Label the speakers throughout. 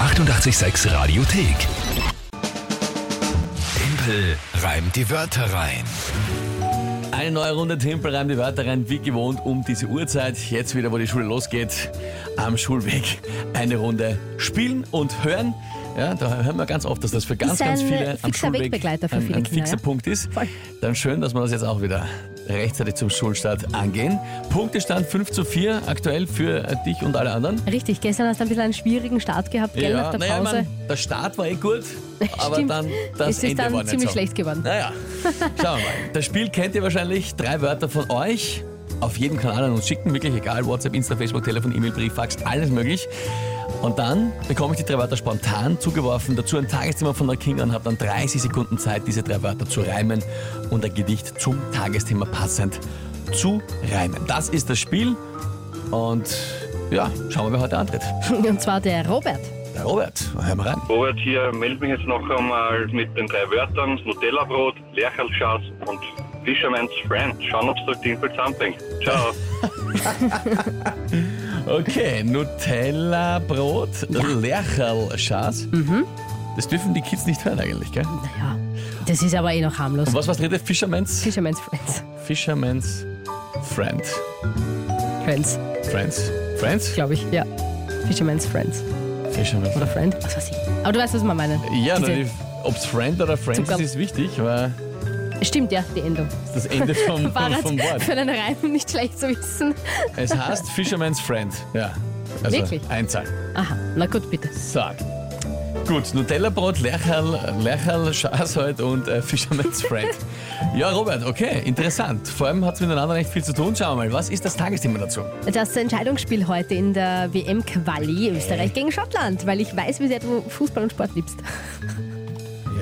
Speaker 1: 886 Radiothek. Tempel reimt die Wörter rein.
Speaker 2: Eine neue Runde Tempel reimt die Wörter rein, wie gewohnt um diese Uhrzeit. Jetzt wieder, wo die Schule losgeht, am Schulweg eine Runde spielen und hören. Ja, da hören wir ganz oft, dass das für ganz,
Speaker 3: Ist ein
Speaker 2: ganz viele am
Speaker 3: fixer
Speaker 2: Schulweg
Speaker 3: Wegbegleiter für
Speaker 2: ein,
Speaker 3: viele
Speaker 2: ein
Speaker 3: Kinder,
Speaker 2: fixer
Speaker 3: ja.
Speaker 2: Punkt ist.
Speaker 3: Voll.
Speaker 2: Dann schön, dass wir das jetzt auch wieder rechtzeitig zum Schulstart angehen. Punktestand 5 zu 4 aktuell für äh, dich und alle anderen.
Speaker 3: Richtig, gestern hast du ein bisschen einen schwierigen Start gehabt, gell, nach der
Speaker 2: naja, ich
Speaker 3: Pause.
Speaker 2: mein, der Start war eh gut, aber
Speaker 3: Stimmt.
Speaker 2: dann das
Speaker 3: es
Speaker 2: Ende
Speaker 3: ist dann
Speaker 2: war nicht
Speaker 3: ziemlich
Speaker 2: so.
Speaker 3: schlecht geworden.
Speaker 2: Naja, schauen wir mal. Das Spiel kennt ihr wahrscheinlich. Drei Wörter von euch auf jedem Kanal an uns schicken. Wirklich egal. WhatsApp, Insta, Facebook, Telefon, E-Mail, Brief, Fax, alles möglich. Und dann bekomme ich die drei Wörter spontan zugeworfen. Dazu ein Tagesthema von der King und habe dann 30 Sekunden Zeit, diese drei Wörter zu reimen und ein Gedicht zum Tagesthema passend zu reimen. Das ist das Spiel. Und ja, schauen wir, wer heute antritt.
Speaker 3: Und zwar der Robert.
Speaker 2: Der Robert, hör mal rein.
Speaker 4: Robert hier, melde mich jetzt noch einmal mit den drei Wörtern Nutella-Brot, Lerchalschatz und Fisherman's Friend. Schauen, ob es der Timpel zusammenbringt. Ciao.
Speaker 2: Okay, Nutella-Brot, Lercherl-Schas.
Speaker 3: Mhm.
Speaker 2: Das dürfen die Kids nicht hören eigentlich, gell? Und
Speaker 3: Naja, das ist aber eh noch harmlos.
Speaker 2: was was dritte? Fisherman's?
Speaker 3: Fisherman's Friends.
Speaker 2: Fisherman's Friend.
Speaker 3: Friends,
Speaker 2: Friends? Friends?
Speaker 3: glaube ich, ja. Fisherman's Friends.
Speaker 2: Fisherman's.
Speaker 3: Oder Friend, was weiß ich. Aber du weißt, was man meinen.
Speaker 2: Ja,
Speaker 3: Diese-
Speaker 2: nur die, ob's Friend oder Friends ist,
Speaker 3: Zucker.
Speaker 2: ist wichtig, weil
Speaker 3: Stimmt, ja, die Endung.
Speaker 2: das ist das Ende vom, vom,
Speaker 3: War
Speaker 2: vom
Speaker 3: jetzt
Speaker 2: Wort.
Speaker 3: für einen Reim nicht schlecht zu wissen.
Speaker 2: Es heißt Fisherman's Friend. Ja. Also
Speaker 3: Wirklich?
Speaker 2: Einzahl.
Speaker 3: Aha, na gut, bitte.
Speaker 2: Sag. Gut, Nutella-Brot, Lercherl, Lercherl, Schaß halt und äh, Fisherman's Friend. ja, Robert, okay, interessant. Vor allem hat es miteinander nicht viel zu tun. Schauen wir mal, was ist das Tagesthema dazu?
Speaker 3: Das Entscheidungsspiel heute in der WM-Quali Österreich gegen Schottland, weil ich weiß, wie sehr du Fußball und Sport liebst.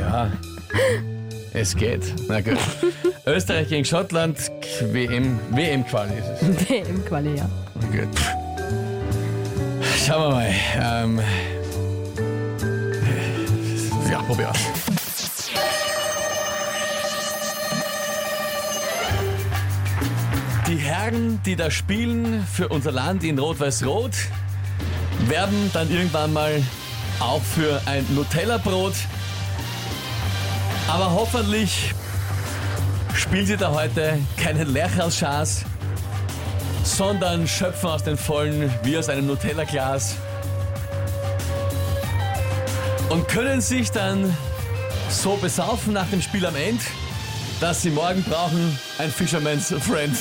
Speaker 2: Ja, es geht. Na gut. Österreich gegen Schottland, WM, WM-Quali ist es.
Speaker 3: WM-Quali, ja.
Speaker 2: Gut. Schauen wir mal. Ähm, ja, probier aus. Die Herren, die da spielen für unser Land in Rot-Weiß-Rot, werden dann irgendwann mal auch für ein Nutella-Brot. Aber hoffentlich spielen sie da heute keinen Lerchalschas, sondern schöpfen aus den Vollen wie aus einem Nutella-Glas und können sich dann so besaufen nach dem Spiel am Ende, dass sie morgen brauchen ein Fisherman's Friend.